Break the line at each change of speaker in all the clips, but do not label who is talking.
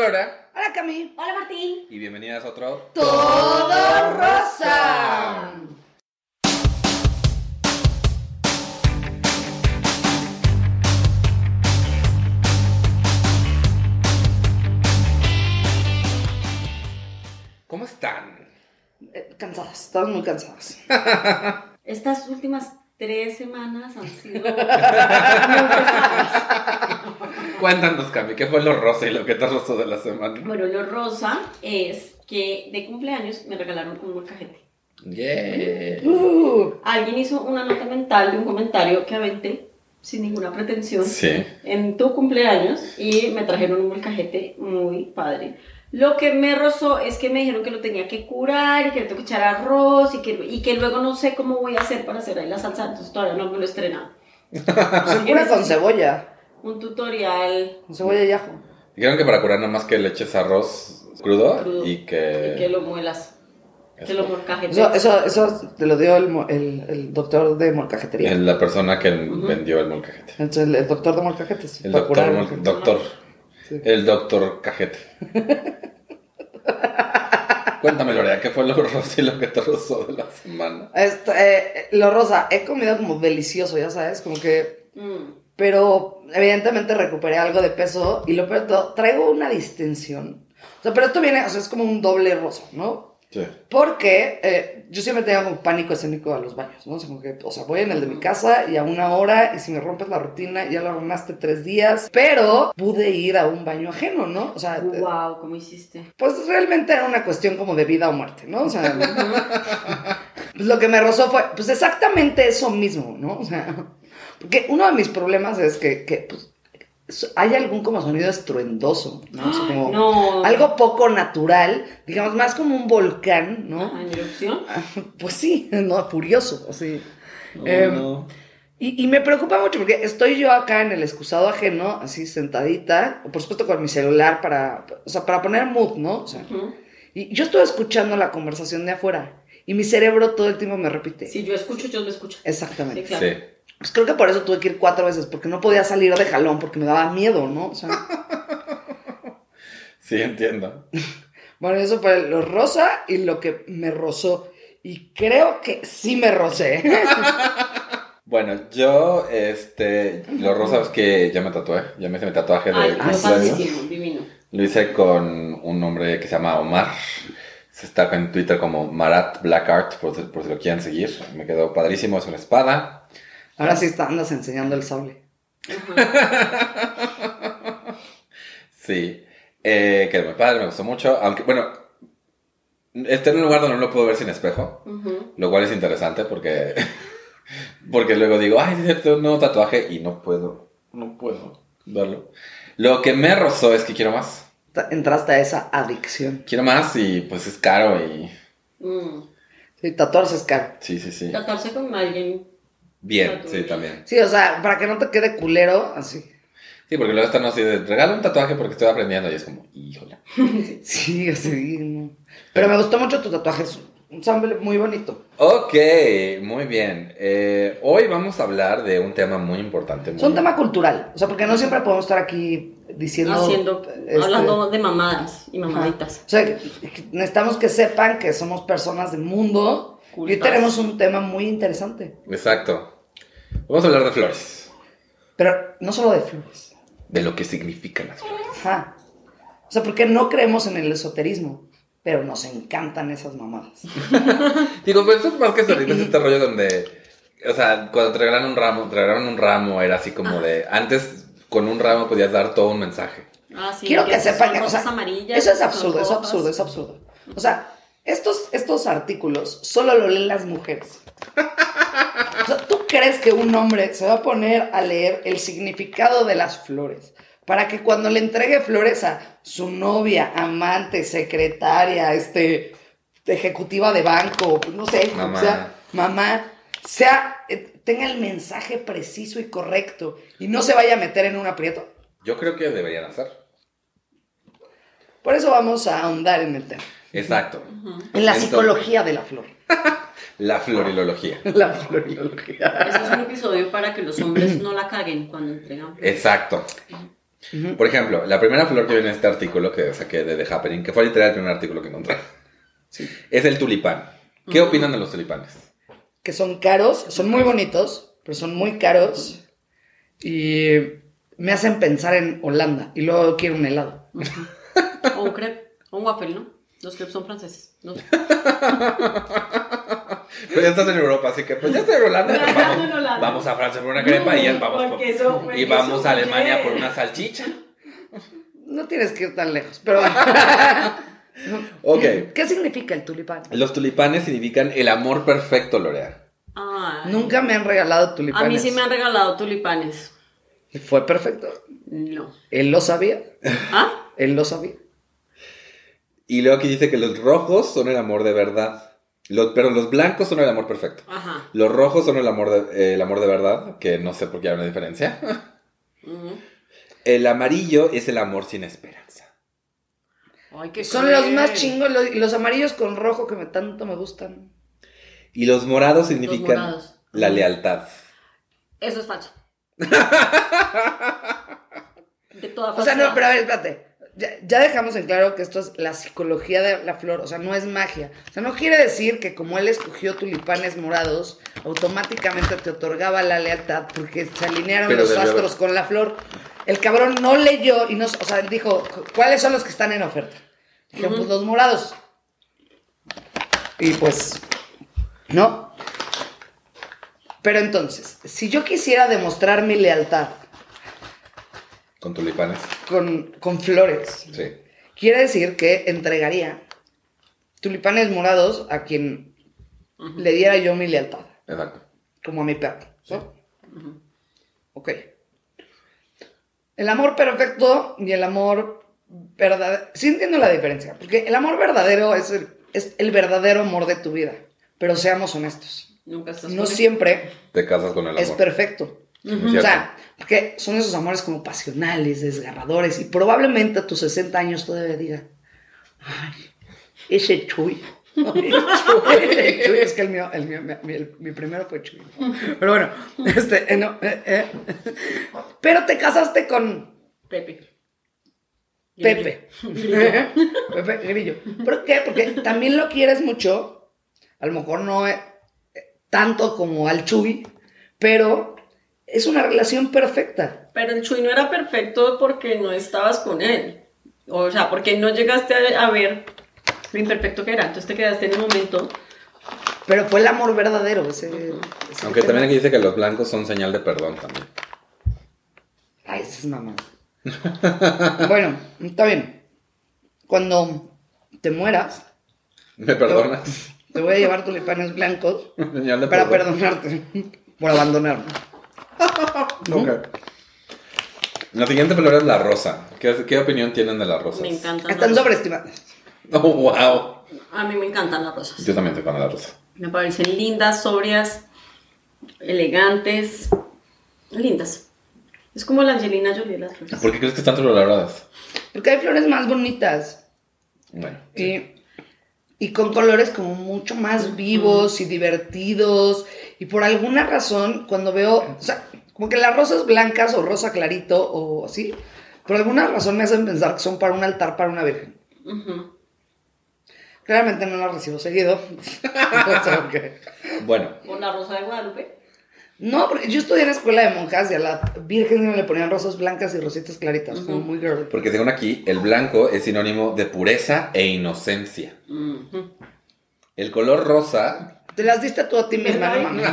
Aurora
Hola Cami.
Hola Martín.
y bienvenidas a otro
Todo rosa.
¿Cómo están?
Eh, cansadas, estamos muy cansadas.
Estas últimas tres semanas han sido muy pesadas.
Cuéntanos, Cami, ¿qué fue lo rosa y lo que te rozó de la semana?
Bueno, lo rosa es que de cumpleaños me regalaron un molcajete.
Yeah.
Uh,
Alguien hizo una nota mental de un comentario que aventé sin ninguna pretensión
Sí.
en tu cumpleaños y me trajeron un molcajete muy padre. Lo que me rozó es que me dijeron que lo tenía que curar y que le tengo que echar arroz y que, y que luego no sé cómo voy a hacer para hacer ahí la salsa, entonces todavía no me lo he estrenado.
se cura con cebolla,
Un tutorial
con cebolla y ajo.
Dijeron que para curar nada más que le eches arroz crudo,
Crudo.
y
Y que
que...
lo muelas, que lo morcajetes.
Eso, eso, eso te lo dio el, mo- el- el doctor de molcajetería.
Es la persona que
Ujú.
vendió el molcajete.
Entonces, el, el doctor de molcajetes.
El
para
doctor,
curar el
mol-
molcajete.
doctor.
Sí.
El doctor cajete. Cuéntame, Lorea, ¿qué fue lo rosa y lo que te rozó de la semana?
Este, eh, lo rosa, he comido como delicioso, ya sabes, como que
Mm.
pero evidentemente recuperé algo de peso y lo peor de todo, traigo una distensión. O sea, pero esto viene, o sea, es como un doble rosa, ¿no?
Sí.
Porque eh, yo siempre tenía como pánico escénico a los baños, ¿no? O sea, como que, o sea, voy en el de mi casa y a una hora y si me rompes la rutina ya la arruinaste tres días, pero pude ir a un baño ajeno, ¿no? O sea, eh,
Wow, ¿cómo hiciste?
pues realmente era una cuestión como de vida o muerte, ¿no? O sea, pues lo que me rozó fue, pues exactamente eso mismo, ¿no? O sea, porque uno de mis problemas es que, que, pues, so- hay algún como sonido estruendoso, ¿no? O sea, como
No.
algo poco natural, digamos, más como un volcán, ¿no?
Ah, ¿En erupción?
Pues sí, ¿no? Furioso, así.
Eh,
Em, Y, y me preocupa mucho porque estoy yo acá en el excusado ajeno, así sentadita, por supuesto con mi celular para, o sea, para poner mood, ¿no? O sea,
Ujú.
y yo estoy escuchando la conversación de afuera y mi cerebro todo el tiempo me repite.
Si yo escucho, yo me escucho.
Exactamente.
Sí, claro.
Sí.
Pues creo que por eso tuve que ir cuatro veces, porque no podía salir de jalón, porque me daba miedo, ¿no? O sea,
Sí, entiendo.
bueno, eso fue lo rosa y lo que me rozó. Y creo que sí me rocé.
Bueno, yo, este, lo rosa es que ya me tatué, ya me hice mi tatuaje de
Ay, lo
ah, sí.
cumpleaños.
padrísimo, divino.
Lo hice con un hombre que se llama Omar. Se está en Twitter como Marat Black Art, por, si- por si lo quieren seguir. Me quedó padrísimo, es una espada.
Ahora sí está- andas enseñando el sable.
Ajá.
Sí, eh, quedó muy padre, me gustó mucho. Aunque, bueno, está en un lugar donde no lo puedo ver sin espejo,
Ujú.
lo cual es interesante porque, porque luego digo, ay, sí, es cierto, un nuevo tatuaje y no puedo, no puedo verlo. Lo que me rozó es que quiero más.
Ta- Entraste a esa adicción.
Quiero más y pues es caro y...
Mm.
Sí, tatuarse es caro.
Sí, sí, sí.
Tratarse con alguien.
Bien, sí, también.
Sí, o sea, para que no te quede culero, así.
Sí, porque luego están así de, regalo un tatuaje porque estoy aprendiendo y es como, híjole.
Sí, así. no. Pero me gustó mucho tu tatuaje, es un sable muy bonito.
Ok, muy bien. Eh, hoy vamos a hablar de un tema muy importante. muy-
Es un tema cultural, o sea, porque no siempre podemos estar aquí diciendo...
haciendo,
este,
hablando de mamadas y mamaditas.
O sea, que- que necesitamos que sepan que somos personas del mundo y hoy
Cultas.
tenemos un tema muy interesante.
Exacto. Vamos a hablar de flores.
Pero no solo de flores.
De lo que significan las flores.
Ajá. O sea, porque no creemos en el esoterismo, pero nos encantan esas mamadas.
Digo, pues eso más que solito es este rollo donde, o sea, cuando te regalan un ramo, te regalaron un ramo, era así como de, antes con un ramo podías dar todo un mensaje.
Ah, sí,
Quiero que
son
sepan que, o
rosas
sea,
amarillas,
eso es
son
absurdo, es
rojas.
absurdo, es absurdo. O sea, estos, estos artículos solo lo leen las mujeres. O sea, ¿tú crees que un hombre se va a poner a leer el significado de las flores? Para que cuando le entregue flores a su novia, amante, secretaria, este, ejecutiva de banco, no sé,
Mamá.
o sea, mamá, sea, eh, tenga el mensaje preciso y correcto y no se vaya a meter en un aprieto.
Yo creo que deberían hacer.
Por eso vamos a ahondar en el tema.
Exacto.
Ujú.
En la
Entonces-
psicología de la flor.
La florilología.
La florilogía.
Eso es un episodio para que los hombres no la caguen cuando entregan.
Exacto.
Ujú.
Por ejemplo, la primera flor que viene en este artículo que saqué de The Happening, que fue literal el primer artículo que encontré,
Sí.
es el tulipán. ¿Qué
Ujú.
opinan de los tulipanes?
Que son caros, son muy bonitos, pero son muy caros. Y me hacen pensar en Holanda. Y luego quiero un helado.
O un crepe, o un waffle, ¿no? Los crepes son franceses. No.
Pues ya estás en Europa, así que pues ya estoy en Holanda. pues,
Nadando
vamos,
en Holanda.
vamos a Francia por una crepa y ya vamos,
Porque
por-
eso-
y
porque
vamos
eso,
a Alemania
¿qué?
por una salchicha.
No tienes que ir tan lejos, pero...
Ok.
¿Qué significa el tulipán?
Los tulipanes significan el amor perfecto, Lorea.
Ay.
Nunca me han regalado
A
tulipanes.
mí sí me han regalado tulipanes.
Y Fue perfecto.
No.
Él lo sabía.
¿Ah?
Él lo sabía.
Y luego aquí dice que los rojos son el amor de verdad. Los- pero los blancos son el amor perfecto.
Ajá.
Los rojos son el amor de, eh, el amor de verdad, que no sé por qué hay una diferencia.
Ujú.
El amarillo es el amor sin esperanza.
Ay, qué
Son los
cruel.
más chingos. Los, los amarillos con rojo que me, tanto me gustan.
Y los morados
Los
significan
morados.
la lealtad.
Eso es falso. De toda
O sea,
falsedad.
no, pero a ver, espérate. Ya, ya dejamos en claro que esto es la psicología de la flor, o sea, no es magia. O sea, no quiere decir que como él escogió tulipanes morados, automáticamente te otorgaba la lealtad porque se alinearon
Pero
los
debió
astros
haber-
con la flor. El cabrón no leyó y no, o sea, él dijo, ¿cuáles son los que están en oferta? Dije, pues los morados. Y pues, ¿no? Pero entonces, si yo quisiera demostrar mi lealtad
Con tulipanes.
con, con flores,
Sí.
Quiere decir que entregaría tulipanes morados a quien le diera yo mi lealtad,
Exacto.
como a mi perro. ¿no?
Ujú.
Ok. El amor perfecto y el amor verdadero. Sí entiendo la diferencia, porque el amor verdadero es el, es el verdadero amor de tu vida. Pero seamos honestos,
Nunca estás
no
con-
siempre
Te casas con el amor.
es perfecto.
Muy
O
cierto.
sea, porque son esos amores como pasionales, desgarradores, y probablemente a tus 60 años todavía diga, ay, ese Chuy. Ay, Chuy, Chuy, es que el mío, el mío- mi, el- mi primero fue Chuy. Pero bueno, este, eh, no, eh, eh. pero te casaste con
Pepe.
Pepe. Pepe Grillo. ¿Por qué? Porque también lo quieres mucho, a lo mejor no eh, tanto como al Chuy, pero es una relación perfecta.
Pero el Chuy no era perfecto porque no estabas con él. O sea, porque no llegaste a, a ver lo imperfecto que era. Entonces te quedaste en el momento.
Pero fue el amor verdadero. Ese, ese
Aunque
tema.
también aquí dice que los blancos son señal de perdón también.
Ay, esa es mamá. bueno, está bien. Cuando te mueras,
¿Me perdonas?
te voy a llevar tulipanes blancos
señal de
para
perdón.
perdonarte por abandonarme.
Ok. La siguiente flor es la rosa. ¿Qué, qué opinión tienen de las rosas?
Me encantan.
Están
las-
sobreestimadas.
Oh, wow.
A mí me encantan las rosas.
Yo también estoy con la rosa.
Me parecen lindas, sobrias, elegantes, lindas. Es como la Angelina Jolie de las flores.
¿Por qué crees que están sobrevaloradas?
Porque hay flores más bonitas
Bueno.
y, Eh, y con colores como mucho más vivos y divertidos. Y por alguna razón, cuando veo, o sea, como que las rosas blancas o rosa clarito o así, por alguna razón me hacen pensar que son para un altar, para una virgen.
Ujú.
Claramente no la recibo seguido. O sea, que-
Bueno.
¿O la rosa de Guadalupe?
No, porque yo estudié en la escuela de monjas y a la Virgen le ponían rosas blancas y rositas claritas, como muy girl.
Porque según aquí, el blanco es sinónimo de pureza e inocencia.
Ujú.
El color rosa,
Te las diste tú a ti misma, no mames.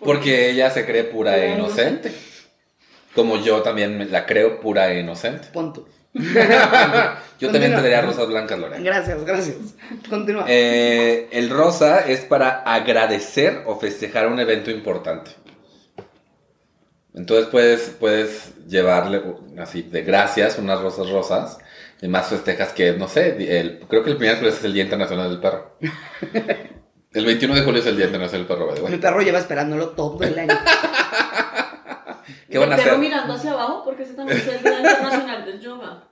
porque ella se cree pura e inocente. Como yo también me la creo pura e inocente. Ah,
Pon tú.
Yo también
Continúa.
te daría rosas blancas, Lorena.
Gracias, gracias. Continúa.
Eh, el rosa es para agradecer o festejar un evento importante. Entonces puedes, puedes llevarle u- así de gracias unas rosas rosas y más festejas que, no sé, el- creo que el primer julio es el Día Internacional del Perro. El 21 de julio es el Día Internacional del Perro, by the way.
Mi perro lleva esperándolo todo el año.
¿Qué van a
El perro
hacer?
mirando hacia abajo porque ese también es el Día Internacional del Yoga.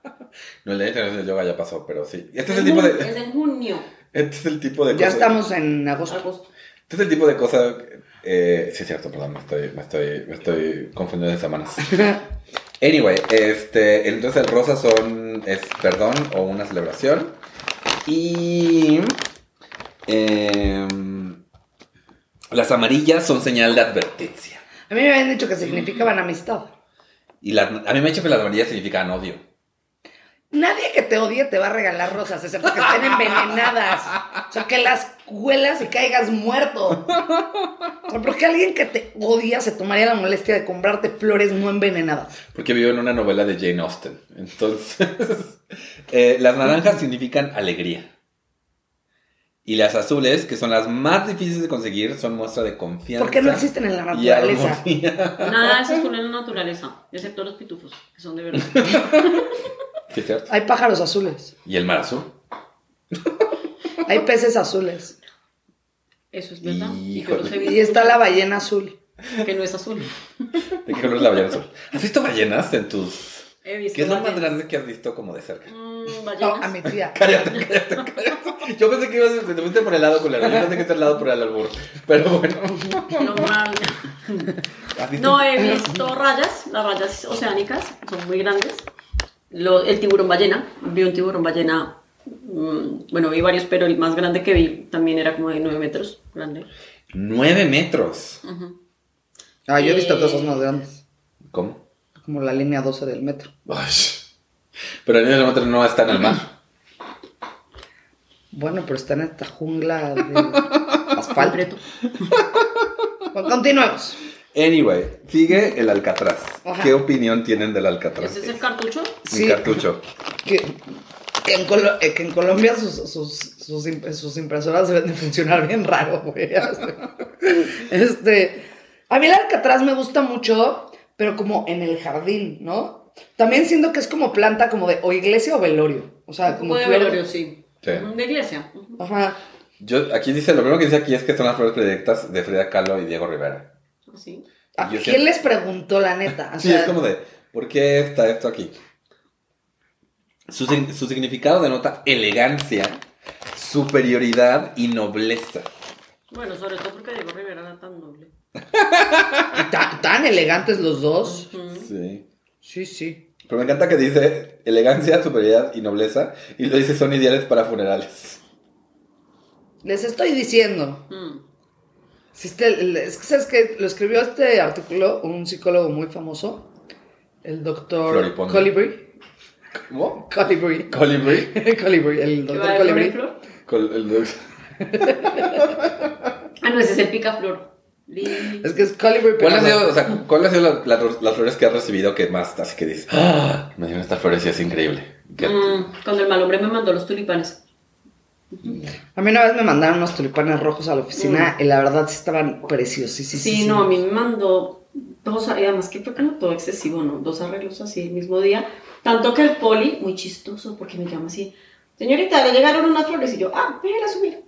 No, el Día Internacional del Yoga ya pasó, pero sí. Este es
en
el tipo
jun-
de...
es en junio,
Este es el tipo de...
Ya
cosa-
estamos en agosto.
agosto.
Este es el tipo de cosa. eh, sí, es cierto, perdón, me estoy, me estoy, me estoy confundiendo de semanas. Anyway, este, entonces el rosa son, es perdón o una celebración. Y em, las amarillas son señal de advertencia.
A mí me habían dicho que significaban amistad.
Y las- a mí me ha dicho que las amarillas significan odio.
Nadie que te odie te va a regalar rosas, excepto que estén envenenadas. O sea, que las cuelas y caigas muerto. O sea, ¿por qué alguien que te odia se tomaría la molestia de comprarte flores no envenenadas?
Porque vivo en una novela de Jane Austen. Entonces, eh, las naranjas significan alegría. Y las azules, que son las más difíciles de conseguir, son muestra de confianza.
¿Por qué no existen en la
y
naturaleza?
armonía.
Nada de eso es en la naturaleza, excepto los pitufos, que son de verdad.
Sí, es cierto.
Hay pájaros azules,
Y el mar azul.
hay peces azules
Eso es verdad. Y yo
Híjole.
los he visto,
y está la ballena azul.
que no es azul.
¿De qué color es la ballena azul? ¿Has visto ballenas en tus...?
He visto
¿Qué es lo más
ballenas.
grande que has visto como de cerca?
Mm,
No,
ballenas.
a mi tía.
Cállate, cállate, cállate. Yo pensé que ibas te fuiste por el lado culero. Yo pensé que te el lado por el albur. Pero bueno.
No, mal.
¿has visto?
No, he visto rayas, las rayas oceánicas, son muy grandes. Lo- el tiburón ballena, vi un tiburón ballena, mm, bueno, vi varios, pero el más grande que vi también era como de 9 metros, grande.
Nueve metros.
Ujú.
Ah, yo he visto
Eh.
cosas más grandes,
¿Cómo?
como la línea 12 del metro.
Ay. Pero el niño del metro no está en el mar.
Bueno, pero está en esta jungla de asfalto.
Concreto.
Bueno, continuemos.
Anyway, sigue el alcatraz.
Ajá.
¿Qué opinión tienen del alcatraz?
¿Ese es el cartucho?
Mi
Sí.
cartucho.
que, que en, Colo- eh, que en Colombia sus, sus, sus imp- sus impresoras deben de funcionar bien raro, güey. Este, a mí el Alcatraz me gusta mucho, pero como en el jardín, ¿no? También siento que es como planta como de o iglesia o velorio. O sea,
Un
Ah, como
poco de
flor-
velorio, sí.
Sí.
De iglesia. Ujú.
Ajá.
Yo, aquí dice, lo primero que dice aquí es que son las flores predilectas de Frida Kahlo y Diego Rivera.
Así.
¿A
Yo
Ah, quién
siempre-
les preguntó la neta? O
Sí,
sea,
es como de, ¿por qué está esto aquí? Su, sin- su significado denota elegancia, superioridad y nobleza.
Bueno, sobre todo porque Diego Rivera era tan noble.
ta- ah, tan elegantes los dos.
Ujú.
Sí.
Sí, sí.
Pero me encanta que dice elegancia, superioridad y nobleza, y lo dice son ideales para funerales.
Les estoy diciendo.
Mm.
Sí, este- el- es que sabes que lo escribió este artículo un psicólogo muy famoso, el doctor
Floripondio.
Colibri.
¿Cómo?
Colibri.
Colibri.
Colibri, el
¿Qué
doctor
va de
Colibri.
flor?
Col- el-
Ah, no, ese es el picaflor. Lili.
Es que es Colibri, pero
¿Cuál ha
no.
sido, o sea, ¿cuál ha sido la- la- las flores que has recibido que más así que dices, "Ah, me dieron estas flores y es increíble? Que-
Mm, cuando el mal hombre me mandó los tulipanes.
A mí una vez me mandaron unos tulipanes rojos a la oficina y la verdad sí estaban
Mm. Sí,
preciosísimos.
no, a mí me mandó dos, y además que fue como todo excesivo, ¿no? Dos arreglos así el mismo día. Tanto que el poli, muy chistoso, porque me llama así, señorita, le llegaron unas flores y yo, ah, voy a ir a subir.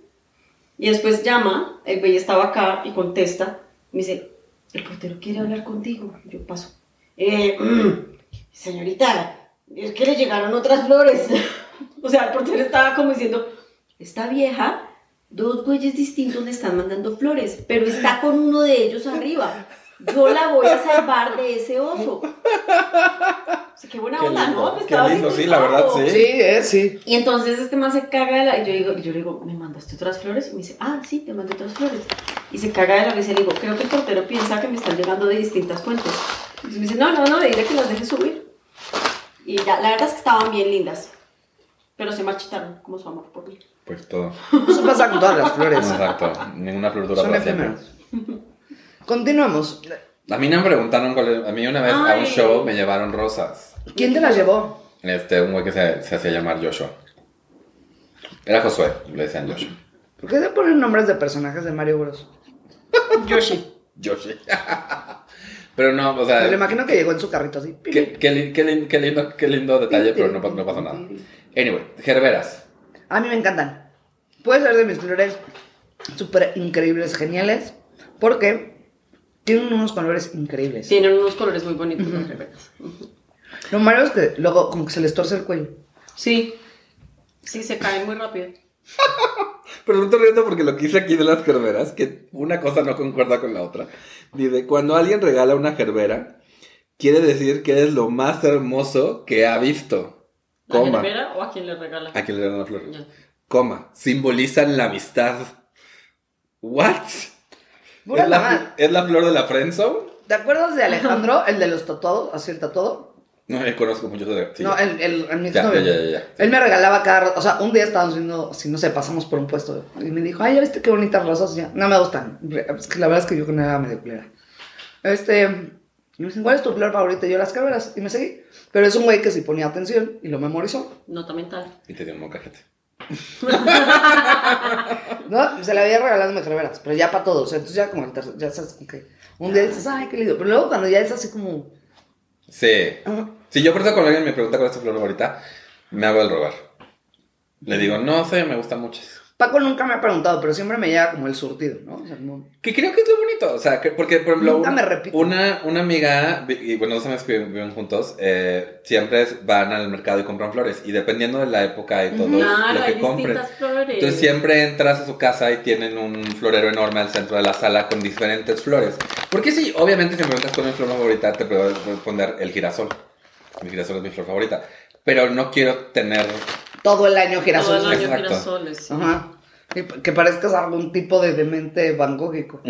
Y después llama, el güey estaba acá y contesta, me dice, el portero quiere hablar contigo. Y yo paso, "Eh, mm, señorita, es que le llegaron otras flores. o sea, el portero estaba como diciendo, esta vieja dos güeyes distintos le están mandando flores, pero está con uno de ellos arriba. Yo la voy a salvar de ese oso. O sea, qué buena
Qué
onda,
lindo,
¿no? Me
qué
estaba
lindo,
haciendo
sí, la verdad,
el
Sí, eh, sí.
y entonces este man se caga de la... Y yo, digo, y yo le digo, ¿me mandaste otras flores? Y me dice, ah, sí, te mandé otras flores. Y se caga de la risa y le digo, creo que el portero piensa que me están llegando de distintas fuentes. Entonces me dice, no, no, no, le diré que las deje subir. Y ya, la verdad es que estaban bien lindas. Pero se marchitaron, como su amor por mí.
Pues todo.
Eso pasa con todas las flores.
Exacto. Ninguna flor dura
Son
para siempre.
efímeras. Continuamos.
A mí no me preguntaron cuál es- A mí una vez a un
Ay.
show me llevaron rosas.
¿Quién te las llevó?
Este, un güey que se, se hacía llamar Joshua. Era Josué, le decían Joshua.
¿Por qué se ponen nombres de personajes de Mario Bros?
Yoshi.
Joshua. Pero no, o sea.
Me lo imagino que llegó en su carrito así.
Qué, qué lin- qué lin- qué lindo, qué lindo detalle, pero no, pa- no pasó nada. Anyway, Gerberas.
A mí me encantan. Puede ser de mis flores súper increíbles, geniales, porque tienen unos colores increíbles.
Tienen unos colores muy bonitos las rebetas.
Lo malo es que luego como que se les torce el cuello.
Sí. Sí, se caen muy rápido.
Pero no te riendo porque lo que hice aquí de las gerberas, que una cosa no concuerda con la otra. Dice, cuando alguien regala una gerbera, quiere decir que eres lo más hermoso que ha visto.
¿A quien le
Coma.
regala o a quien le regala?
A quien le dan la flor.
Ya.
Coma. Simbolizan la amistad. ¿What?
Pura
¿Es, la,
mamá.
es la flor de la friendzone?
¿Te acuerdas de Alejandro, el de los tatuados? Así el tatuado.
No, yo conozco muchos de... sí,
No,
ya.
el, el, el mi
ya,
exnovio.
ya, ya, ya.
Él me regalaba cada ro- O sea, un día estábamos viendo, si no sé, pasamos por un puesto y me dijo, ay, ya viste qué bonitas rosas. Y yo, no me gustan. Es que la verdad es que yo no era medio culera. Este, y me dicen, ¿cuál es tu flor favorita? Y yo, las carveras. Y me seguí. Pero es un güey que sí ponía atención y lo memorizó.
Nota mental.
Y te dio un mocajete.
No, se le había regalado me carveras, pero ya para todos. Entonces ya como el tercer, ya sabes, como que un día dices, ay, qué lindo. Pero luego cuando ya es así como,
Sí.
"Ah,
Si yo por eso cuando alguien me pregunta cuál es tu flor favorita, me hago el rogar. Le digo, no sé, me gustan muchas.
Paco nunca me ha preguntado, pero siempre me llega como el surtido, ¿no? O sea, no-
Que creo que es lo bonito. O sea, que- porque, por ejemplo,
Nunca
una,
me repito.
una, una amiga, vi- y bueno, dos amigas que viven juntos, eh, siempre es- van al mercado y compran flores. Y dependiendo de la época y todo,
Ujú.
es
Claro,
lo
hay
que compren.
distintas flores.
Entonces siempre entras a su casa y tienen un florero enorme al centro de la sala con diferentes flores. Porque sí, obviamente si me preguntas cuál es mi flor favorita, te puedo responder el girasol. Mi girasol es mi flor favorita. Pero no quiero tener...
todo el año
Todo el
girasoles.
año
Exacto.
girasoles. sí.
Ajá. Y p- Que parezcas algún tipo de demente bangógico.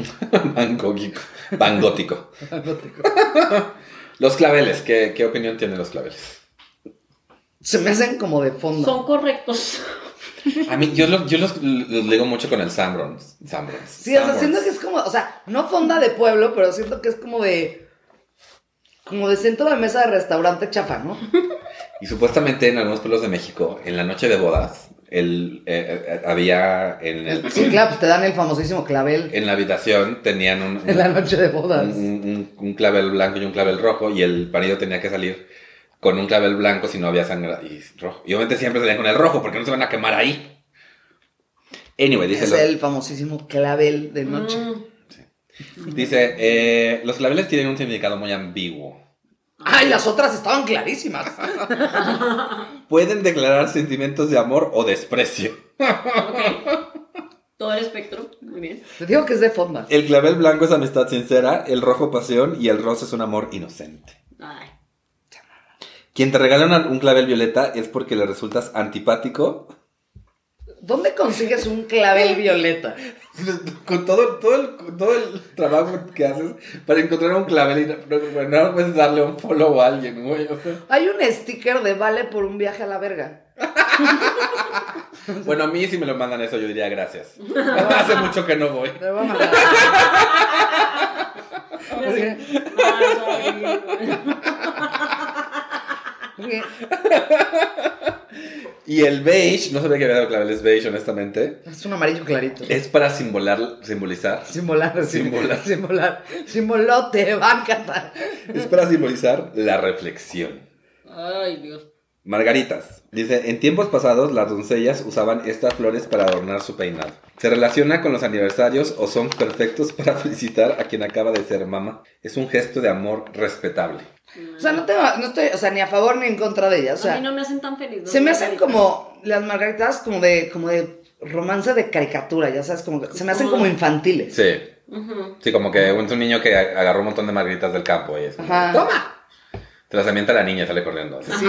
Bangógico. Bangótico. Los claveles. ¿Qué, qué opinión tienen los claveles?
Se me hacen como de fondo.
Son correctos.
A mí, yo, los- yo los, los ligo mucho con el Sambrons. Sambrons.
sí, o sea,
Sambrons.
siento que es como, o sea, no fonda de pueblo, pero siento que es como de. Como de centro de mesa de restaurante chafa, ¿no?
Y supuestamente en algunos pueblos de México, en la noche de bodas, el, eh, eh, había en, el-
Sí, claro, pues te dan el famosísimo clavel
en la habitación, tenían un,
en la noche de bodas.
un- un- un clavel blanco y un clavel rojo y el marido tenía que salir con un clavel blanco si no había sangre y rojo. Y obviamente siempre salían con el rojo porque no se van a quemar ahí. Anyway, dice,
Es
lo-
el famosísimo clavel de noche.
Mm.
dice eh, los claveles tienen un significado muy ambiguo.
¡Ay, las otras estaban clarísimas!
Pueden declarar sentimientos de amor o desprecio.
Todo el espectro. Muy bien.
Te digo que es de fonda.
El clavel blanco es amistad sincera, el rojo pasión y el rosa es un amor inocente.
Ay.
Quien te regala una- un clavel violeta es porque le resultas antipático.
¿Dónde consigues un clavel violeta?
Con todo, todo, el, con todo el trabajo que haces para encontrar un clavel y no, no- no puedes darle un follow a alguien, güey. o sea.
Hay un sticker de vale por un viaje a la verga.
Bueno, a mí si me lo mandan eso yo diría gracias. Hace mucho que no voy.
Te voy a mandar. Porque-
Ay,
porque-
Y el beige, no sabía que había dado claveles beige, honestamente.
Es un amarillo clarito.
Es para simbolar, simbolizar
Simbolar,
Simbolar.
simbolar, simbolar. Simbolote, va a encantar.
Es para simbolizar la reflexión.
Ay, Dios.
Margaritas. Dice, en tiempos pasados las doncellas usaban estas flores para adornar su peinado. Se relaciona con los aniversarios o son perfectos para felicitar a quien acaba de ser mamá. Es un gesto de amor respetable.
O sea, no, tengo, no estoy, o sea, ni a favor ni en contra de ella. O
a
sea,
mí no me hacen tan feliz. ¿no?
se me hacen
Ay,
como las margaritas como de, como de romance de caricatura, ya sabes, como que se me hacen como infantiles.
Sí,
Ujú.
sí, como que es un niño que agarró un montón de margaritas del campo y es como,
Ajá.
¡toma! Te las avienta la niña y sale corriendo. así.
Sí.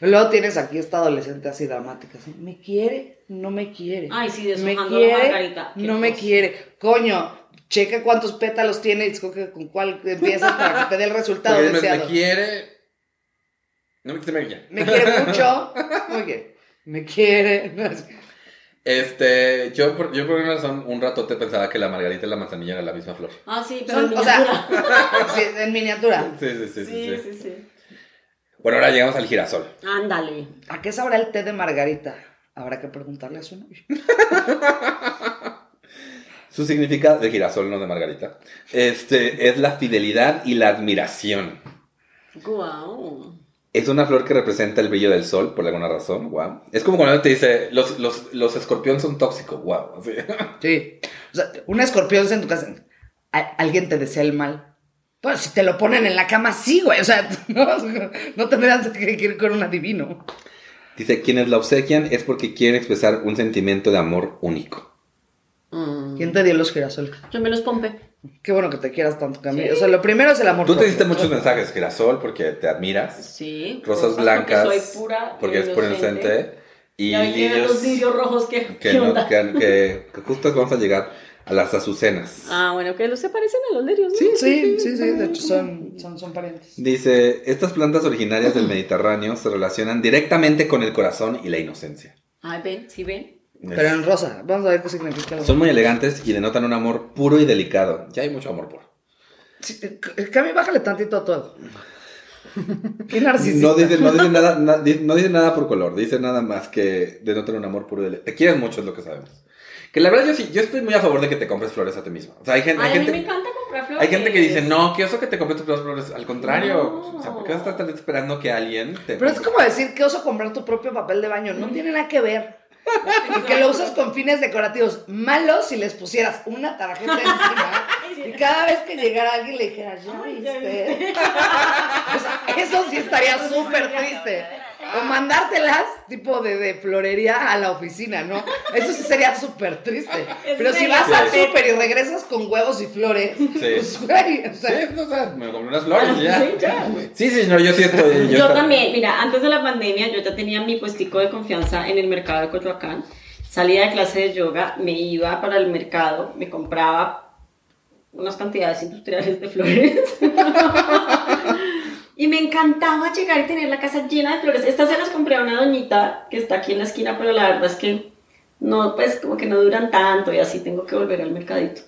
Luego tienes aquí esta adolescente así dramática. así, me quiere, no me quiere.
Ay, sí,
me
deshojando la
quiere,
margarita. Qué
no me
cosa.
quiere. Coño, checa cuántos pétalos tiene y escoge con cuál empiezas para que te dé el resultado
Porque dime,
deseado.
me quiere... No me quiere. me quiere.
Me quiere mucho. Oye, me quiere.
Este, yo por, yo por una razón un ratote pensaba que la margarita y la manzanilla eran la misma flor.
Ah, sí, pero.
Son-
en
o sea,
miniatura.
sí, en miniatura.
Sí, sí, sí. sí, sí.
sí, sí.
Bueno, ahora llegamos al girasol.
Ándale.
¿A qué sabrá el té de Margarita? Habrá que preguntarle a su novio.
Su significado, de girasol, no de margarita, este, es la fidelidad y la admiración.
Guau.
Es una flor que representa el brillo del sol, por alguna razón, wow. Es como cuando te dice, los, los, los escorpiones son tóxicos, wow.
Sí. O sea, un escorpión en tu casa. a- Alguien te desea el mal. Pues si te lo ponen en la cama, sí, güey. O sea, no, no tendrías que ir con un adivino.
Dice, quienes la obsequian es porque quieren expresar un sentimiento de amor único.
Mm.
¿Quién te dio los girasoles?
Yo me los pompe.
Qué bueno que te quieras tanto, Camila.
Sí.
O sea, lo primero es el amor.
Tú te
propio.
diste muchos mensajes, girasol, porque te admiras,
Sí.
rosas
porque
blancas,
soy pura. eh,
porque es por inocente, y
Y ahí llegan los
lirios
lirios rojos que.
que,
¿qué
no-
onda?
que, que- que justo vamos a llegar a las azucenas.
Ah, bueno, que los se parecen a los lirios, ¿no?
Sí, sí, sí. De hecho, son, son, son parientes.
Dice, estas plantas originarias del Mediterráneo se relacionan directamente con el corazón y la inocencia.
Ay, ven, sí ven.
Pero en rosa. Vamos a ver qué significa. el-
Son muy elegantes y denotan un amor puro y delicado. Ya hay mucho amor puro.
Sí, eh, Cami, bájale tantito a todo. Qué narcisista.
No dicen, no, dicen nada, na- di- no dicen nada por color, dicen nada más que denotan un amor puro y delicado. Te quieren mucho, es lo que sabemos. Que la verdad yo sí, yo estoy muy a favor de que te compres flores a ti mismo. O sea, hay gente, hay
Ay, a mí me
gente,
encanta comprar flores.
hay gente que dice, no, que eso que te compres tus flores. Al contrario,
No.
o sea, ¿por qué vas a estar esperando que alguien te...
Pero es
compre-
como decir que oso comprar tu propio papel de baño. No tiene nada que ver.
Exacto.
Y que lo usas con fines decorativos malos si les pusieras una tarjeta encima. Y cada vez que llegara alguien le dijeras, ¿ya
Ay,
viste?
ya viste.
O sea, eso sí estaría súper triste. O mandártelas tipo de, de florería a la oficina, ¿no? Eso sí sería súper triste. Pero si vas al
Sí.
súper y regresas con huevos y flores, pues güey, o sea,
Sí, no, o sea, me compré unas flores y ya.
Sí, ya.
Sí, sí, no, yo sí estoy...
Yo,
esta-
también, mira, antes de la pandemia yo ya tenía mi puestico de confianza en el mercado de Coyoacán. Salía de clase de yoga, me iba para el mercado, me compraba unas cantidades industriales de flores. y me encantaba llegar y tener la casa llena de flores. Estas se las compré a una doñita que está aquí en la esquina, pero la verdad es que no, pues como que no duran tanto y así tengo que volver al mercadito.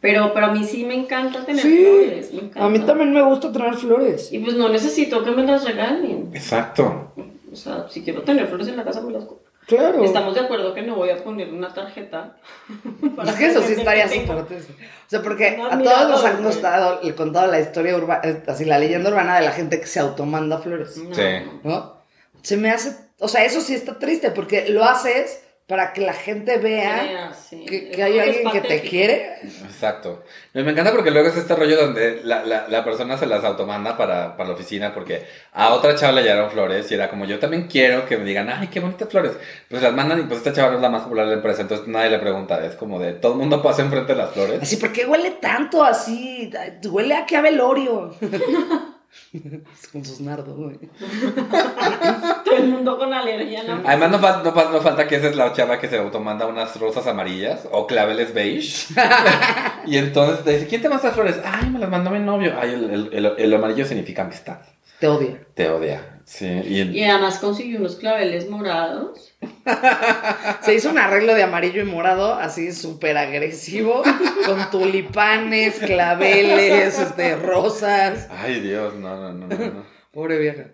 Pero, pero a mí sí me encanta tener flores. me encanta.
a mí también me gusta tener flores.
Y pues no necesito que me las regalen.
Exacto.
O sea, si quiero tener flores en la casa, me las compro.
Claro.
Estamos de acuerdo que no voy a poner una tarjeta. para
Es que eso sí
gente
estaría
tenga.
súper triste. O sea, porque
Un
a todos nos
admirador,
han
güey.
contado, le contado la historia urbana, así la leyenda urbana de la gente que se automanda flores,
No.
Sí.
¿no? Se me hace, o sea, eso sí está triste porque lo haces para que la gente vea
Vea, sí.
que,
Es-
que hay
es
alguien que te
patético.
quiere.
Exacto. No, Me encanta porque luego es este rollo donde la, la- la persona se las automanda para, para la oficina porque a otra chava le llegaron flores y era como yo también quiero que me digan, ay, qué bonitas flores. Pues las mandan y pues esta chava no es la más popular de la empresa, entonces nadie le pregunta. Es como de todo el mundo pasa enfrente de las flores.
Así, ¿por qué huele tanto así? Ay, Huele a que a velorio. Con sus nardos, güey.
Todo el mundo con alergia. ¿no?
Además, no, fal- no, fal- no falta que esa es la chava que se automanda unas rosas amarillas o claveles beige. y entonces te dice, ¿quién te manda esas flores? Ay, me las mandó mi novio. Ay, el, el- el- el amarillo significa amistad.
Te odia.
Te odia. Sí. Y el-
Y además conseguí unos claveles morados.
Se hizo un arreglo de amarillo y morado, así súper agresivo, con tulipanes, claveles, este, rosas.
Ay, Dios, no, no, no, no, no.
Pobre vieja.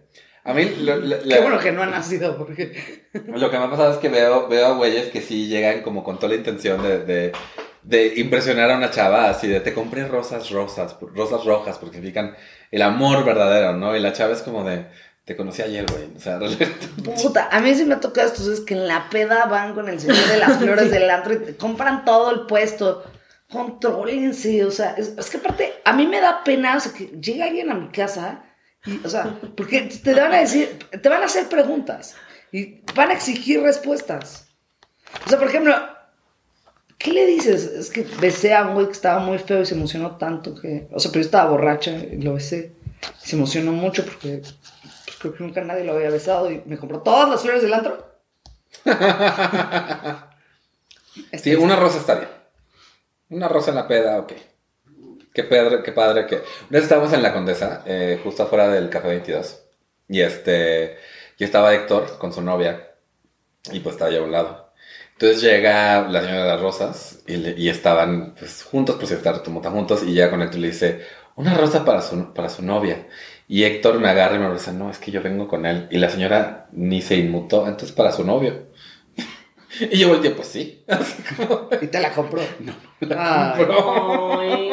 A mí lo, lo-
Qué
lo-
bueno que no ha nacido, porque.
lo que me ha pasado es que veo, veo a güeyes que sí llegan como con toda la intención de, de- de impresionar a una chava, así de te compré rosas rosas, rosas rojas, porque significan el amor verdadero, ¿no? Y la chava es como de, te conocí ayer, güey. O sea, realmente-
Puta, a mí sí me ha tocado esto, es que en la peda van con el señor de las flores del antro y te compran todo el puesto. Contrólense, o sea, es, es que aparte, a mí me da pena, o sea, que llega alguien a mi casa, y, o sea, porque te van a decir, te van a hacer preguntas y van a exigir respuestas. O sea, por ejemplo, ¿qué le dices? Es que besé a un güey que estaba muy feo y se emocionó tanto que. O sea, pero yo estaba borracha y lo besé. Se emocionó mucho porque pues, creo que nunca nadie lo había besado y me compró todas las flores del antro.
Sí, una rosa está bien. Una rosa en la peda, ok. Qué padre, qué padre que. Una vez estábamos en la Condesa, eh, justo afuera del Café 22. Y este. Y estaba Héctor con su novia. Y pues estaba ya a un lado. Entonces llega la señora de las rosas. Y, le- y estaban pues, juntos, pues estar juntos. Y llega con Héctor y le dice: Una rosa para su, para su novia. Y Héctor me agarra y me dice: No, es que yo vengo con él. Y la señora ni se inmutó. Entonces para su novio. y yo volteé: Pues sí.
Y te la compró. No,
Ay.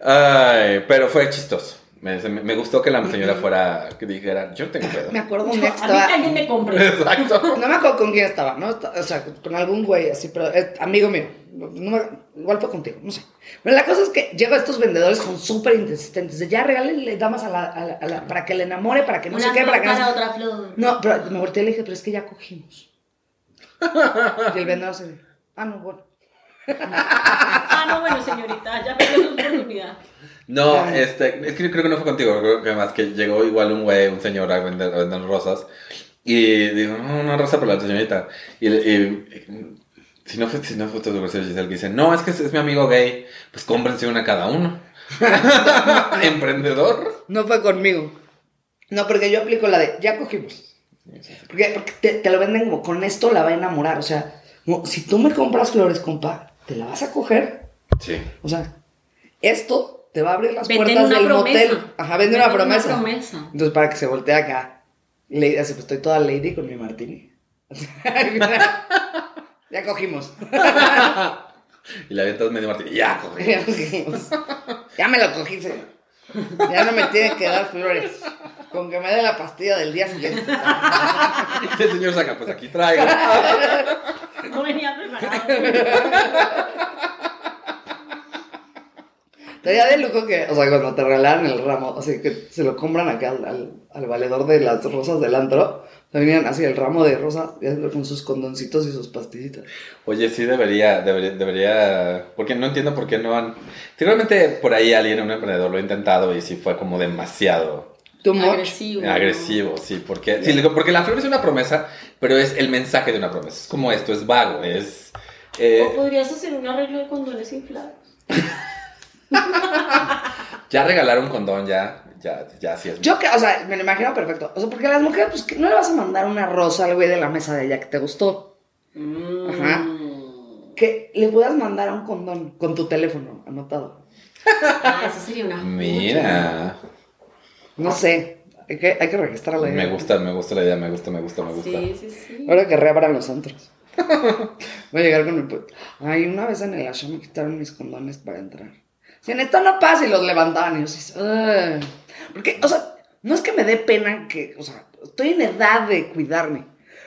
Ay, pero fue chistoso. Me, se- me gustó que la señora fuera, que dijera, yo tengo pedo.
me acuerdo un
No,
día que
a mí
estaba.
que alguien me compre.
Exacto.
No me acuerdo con quién estaba, ¿no? Esta- O sea, con algún güey así, pero eh, amigo mío. No me- igual fue contigo, no sé. Pero la cosa es que llego a estos vendedores con súper insistentes. De ya regálenle damas a la, a la- a la- para que le enamore, para que no se
Una
quede, para
flor
que no
para
se-
otra flor.
No, pero me volteé y le dije, pero es que ya cogimos. Y el vendedor se dijo, ah, no, bueno.
Ah, no, bueno, señorita, ya perdió su oportunidad.
No,
Ay.
este, es que yo creo que no fue contigo, creo que más que llegó igual un güey, un señor a vender, a vender rosas y dijo, no, una rosa para la señorita. Y, y- si no fue, si no fue tu grosero Giselle que dice, no, es que es, es mi amigo gay, pues cómprense una cada uno. Emprendedor.
No fue conmigo. No, porque yo aplico la de, ya cogimos. Porque, porque te, te lo venden como, con esto la va a enamorar. O sea, como, si tú me compras flores, compa, te la vas a coger.
Sí.
O sea, esto te va a abrir las
Venden
puertas
una
del
promesa.
motel. Ajá, vende una
Venden una
promesa.
promesa.
Entonces, para que se voltee acá, le dice, pues estoy toda lady con mi martini. ya cogimos.
Y la avientas medio martillo. Ya, coge.
Ya cogimos. Ya me lo cogí, señor. Ya no me tiene que dar flores. Con que me dé la pastilla del día siguiente.
Y el señor saca, pues aquí traigo.
No venía preparado.
Estaría de lujo que, o sea, cuando te regalan el ramo, o sea, que se lo compran acá al, al- al valedor de las rosas del antro, te venían así el ramo de rosas ya sabes, con sus condoncitos y sus pastillitas.
Oye, sí debería, debería, debería, porque no entiendo por qué no han, seguramente por ahí alguien, un emprendedor lo ha intentado y sí fue como demasiado
Too much.
Agresivo.
Agresivo, sí, porque, sí, digo, porque la flor es una promesa, pero es el mensaje de una promesa. Es como esto, es vago, es...
O
eh,
podrías hacer un arreglo de condones inflados.
ya regalar un condón, ya, ya, ya, sí es...
Yo que, o sea, me lo imagino perfecto. O sea, porque a las mujeres, pues, que no le vas a mandar una rosa al güey de la mesa de ella que te gustó.
Mm.
Ajá. Que le puedas mandar un condón con tu teléfono anotado.
Ah, eso sería una.
Mira,
No sé, hay que, hay que registrar la idea.
me gusta, me gusta la idea, me gusta, me gusta, me gusta.
Sí, sí, sí.
Ahora que reabran los antros. Voy a llegar con el... pu- Ay, una vez en el Asha me quitaron mis condones para entrar. Si en esta no pasa y los levantaban y yo así, "Ay". Porque, o sea, no es que me dé pena que, o sea, estoy en edad de cuidarme.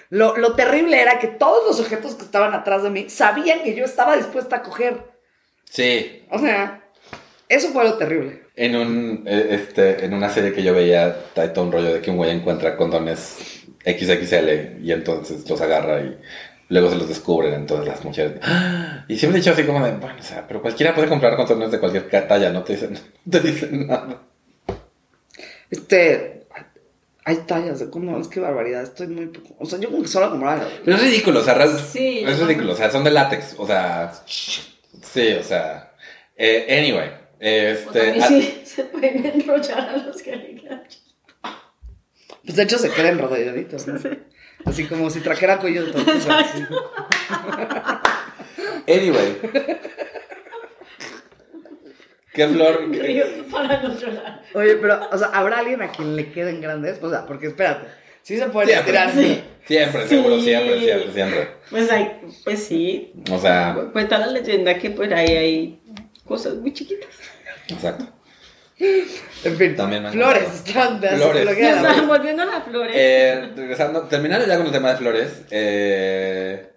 Lo, lo terrible era que todos los sujetos que estaban atrás de mí sabían que yo estaba dispuesta a coger.
Sí,
O sea, eso fue lo terrible.
En, un, eh, este, en una serie que yo veía, hay todo un rollo de que un güey encuentra condones XXL y entonces los agarra y luego se los descubren. Entonces las mujeres. ¡Ah! Y siempre he dicho así como de, bueno, o sea, pero cualquiera puede comprar condones de cualquier ca- talla, no te dicen, no te dicen nada.
Este, hay tallas de cómo, es que barbaridad, estoy muy poco. O sea, yo como que solo compraba.
Pero es ridículo, o sea, real-
Sí.
es ridículo, o sea, son de látex, o sea, sí, o sea. eh, anyway,
O
este.
también
a-
sí, se pueden enrollar a los que le quedan.
Pues de hecho se quedan rodeaditos, ¿no? Así como si trajera cuello de tortuga, así.
Anyway. ¿Qué flor? qué-
Río para no llorar.
Oye, pero, o sea, ¿habrá alguien a quien le queden grandes? O sea, porque espérate, sí se puede
Siempre.
tirar.
Sí.
Siempre,
Sí.
seguro, siempre, siempre, siempre.
Pues hay, pues sí,
O sea,
cu- cuenta la leyenda que por ahí hay cosas muy chiquitas.
exacto.
En fin,
También me han
flores,
contado.
tantas.
Flores.
lo que
Ya
era.
está, volviendo a las flores.
Eh, regresando, terminando ya con el tema de flores, eh,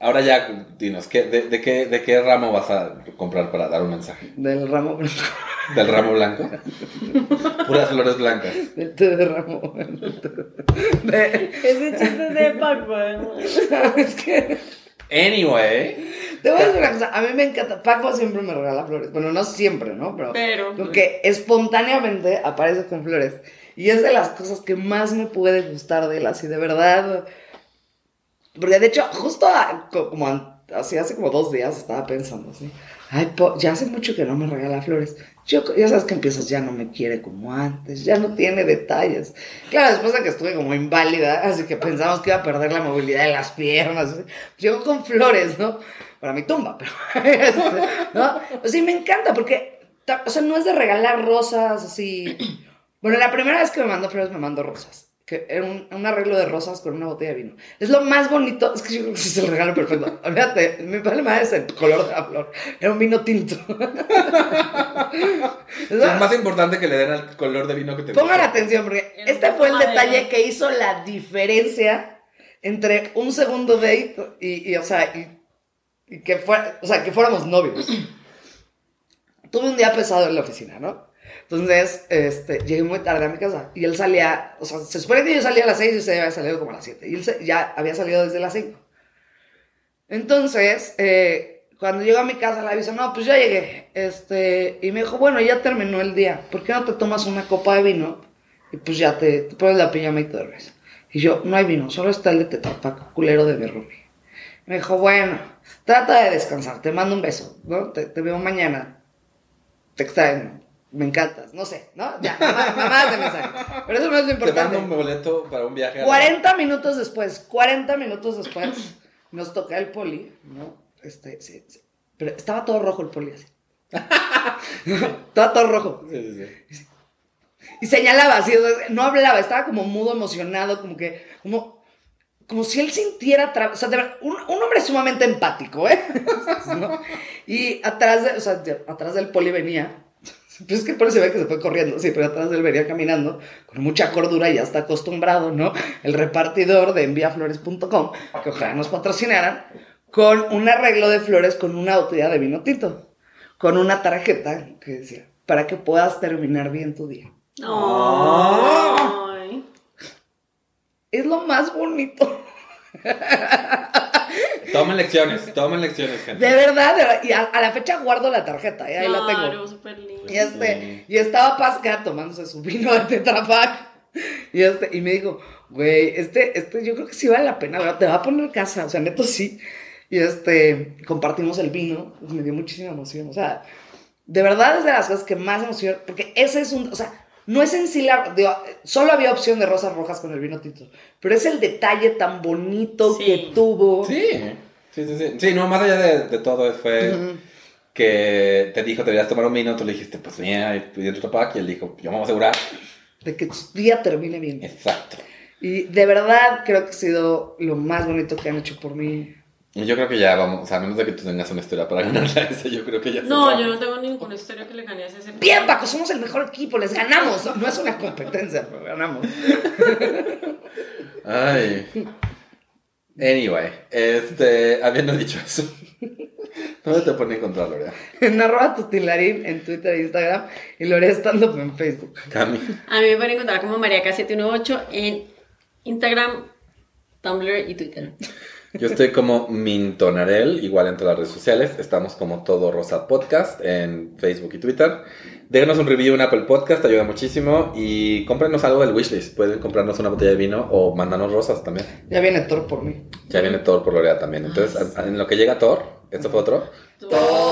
ahora ya dinos, ¿qué, de, de qué, ¿de qué ramo vas a comprar para dar un mensaje?
Del ramo,
¿Del ramo blanco? Puras flores blancas.
del té de ramo. De-
Ese chiste es de Paco. ¿eh?
es que,
Anyway,
te voy a decir una cosa, a mí me encanta, Paco siempre me regala flores, bueno, no siempre, ¿no? Pero,
Pero,
como que espontáneamente aparece con flores. Y es de las cosas que más me puede gustar de él, así de verdad. Porque de hecho, justo a- co- como an- así hace como dos días estaba pensando así. Ay, po- ya hace mucho que no me regala flores. Yo, co- ya sabes que empiezas, ya no me quiere como antes, ya no tiene detalles. Claro, después de que estuve como inválida, así que pensamos que iba a perder la movilidad de las piernas. Llegó con flores, ¿no? Para mi tumba, pero. este, ¿No? O sea, y me encanta porque, ta- o sea, no es de regalar rosas así. Bueno, la primera vez que me mandó flores me mandó rosas. Que era un, un arreglo de rosas con una botella de vino. Es lo más bonito. Es que yo creo que ese es el regalo perfecto. Fíjate, mi problema es el color de la flor. Era un vino tinto.
es más importante que le den al color de vino que te
Pongan
gusta.
atención, porque
En
este
un
fue el
toma de-
detalle que hizo la diferencia entre un segundo date y, y, o sea, y, y que fue, o sea, que fuéramos novios. Tuve un día pesado en la oficina, ¿no? Entonces, este, llegué muy tarde a mi casa y él salía, o sea, se supone que yo salía a las 6 y usted había salido como a las 7 y él se- ya había salido desde las 5. Entonces, eh, Cuando llego a mi casa le aviso, no, pues ya llegué. Este, y me dijo, bueno, ya terminó el día. ¿Por qué no te tomas una copa de vino? Y pues ya te, te pones la pijama y te duermes. Y yo, no hay vino, solo está el de Tetrapac, culero de Berrumi. Me dijo, bueno, trata de descansar, te mando un beso, ¿no? Te, te veo mañana. Te extraño, me encantas, no sé, ¿no? Ya, mamá, mamá de mensaje. Pero eso no es lo
Te
importante.
mando un boleto para un viaje. a la-
40 minutos después, 40 minutos después, nos toca el poli, ¿no? Este, sí, sí. Pero estaba todo rojo el poli así. estaba todo rojo.
Sí, sí, sí.
Y señalaba así, o sea, no hablaba, estaba como mudo, emocionado, como que, como, como si él sintiera, tra- o sea, de verdad, un, un hombre sumamente empático, ¿eh? ¿No? Y atrás, de, o sea, de- atrás del poli venía, pues es que el poli se ve que se fue corriendo, sí, pero atrás de él venía caminando con mucha cordura, ya está acostumbrado, ¿no? El repartidor de enviaflores.com, que ojalá nos patrocinaran, con un arreglo de flores con una botella de vino tinto, con una tarjeta que decía, para que puedas terminar bien tu día.
pues, Ay.
Es lo más bonito.
Tomen lecciones, tomen lecciones, gente.
De verdad, de verdad. Y a, a la fecha guardo la tarjeta, ¿eh? ahí la
Claro,
tengo.
súper lindo.
Y, este,
Sí.
y estaba Pasca tomándose su vino de Tetra Pak. Y, este, y me dijo, güey, este, este, yo creo que sí vale la pena, ¿verdad? te va a poner casa, o sea, neto sí. Y este, compartimos el vino, pues, me dio muchísima emoción, o sea, de verdad es de las cosas que más emoción, porque ese es un, o sea, no es en sí la, digo, solo había opción de rosas rojas con el vino tinto, pero es el detalle tan bonito
Sí.
que tuvo.
Sí, sí, sí, sí. Sí, no, más allá de, de todo fue
Ujú.
que te dijo, te deberías tomar un vino, tú le dijiste, pues mira, y pidió tu tapac, y él dijo, yo me voy a asegurar.
de que tu día termine bien.
Exacto.
Y de verdad creo que ha sido lo más bonito que han hecho por mí.
Y yo creo que ya vamos, o sea, a menos de que tú tengas una historia para ganarla esa, yo creo que ya
No, yo no tengo ninguna historia que le gané a ese señor.
Bien, Paco, somos el mejor equipo, les ganamos. No, No es una competencia, pero ganamos.
Ay. Anyway, este, habiendo dicho eso, ¿dónde te pueden encontrar, Lorea?
En arroba tutilarín en Twitter e Instagram y lo haré estando en Facebook.
Cami.
A mí me pueden encontrar como Mariaca718 en Instagram, Tumblr y Twitter.
Yo estoy como Mintonarel, igual en todas las redes sociales. Estamos como Todo Rosa Podcast en Facebook y Twitter. Déjenos un review en Apple Podcast, te ayuda muchísimo. Y cómprenos algo del wishlist. Pueden comprarnos una botella de vino o mandarnos rosas también.
Ya viene Thor por mí.
Ya viene Thor por Lorea también. Entonces, a- a- en lo que llega Thor, esto fue otro.
Todo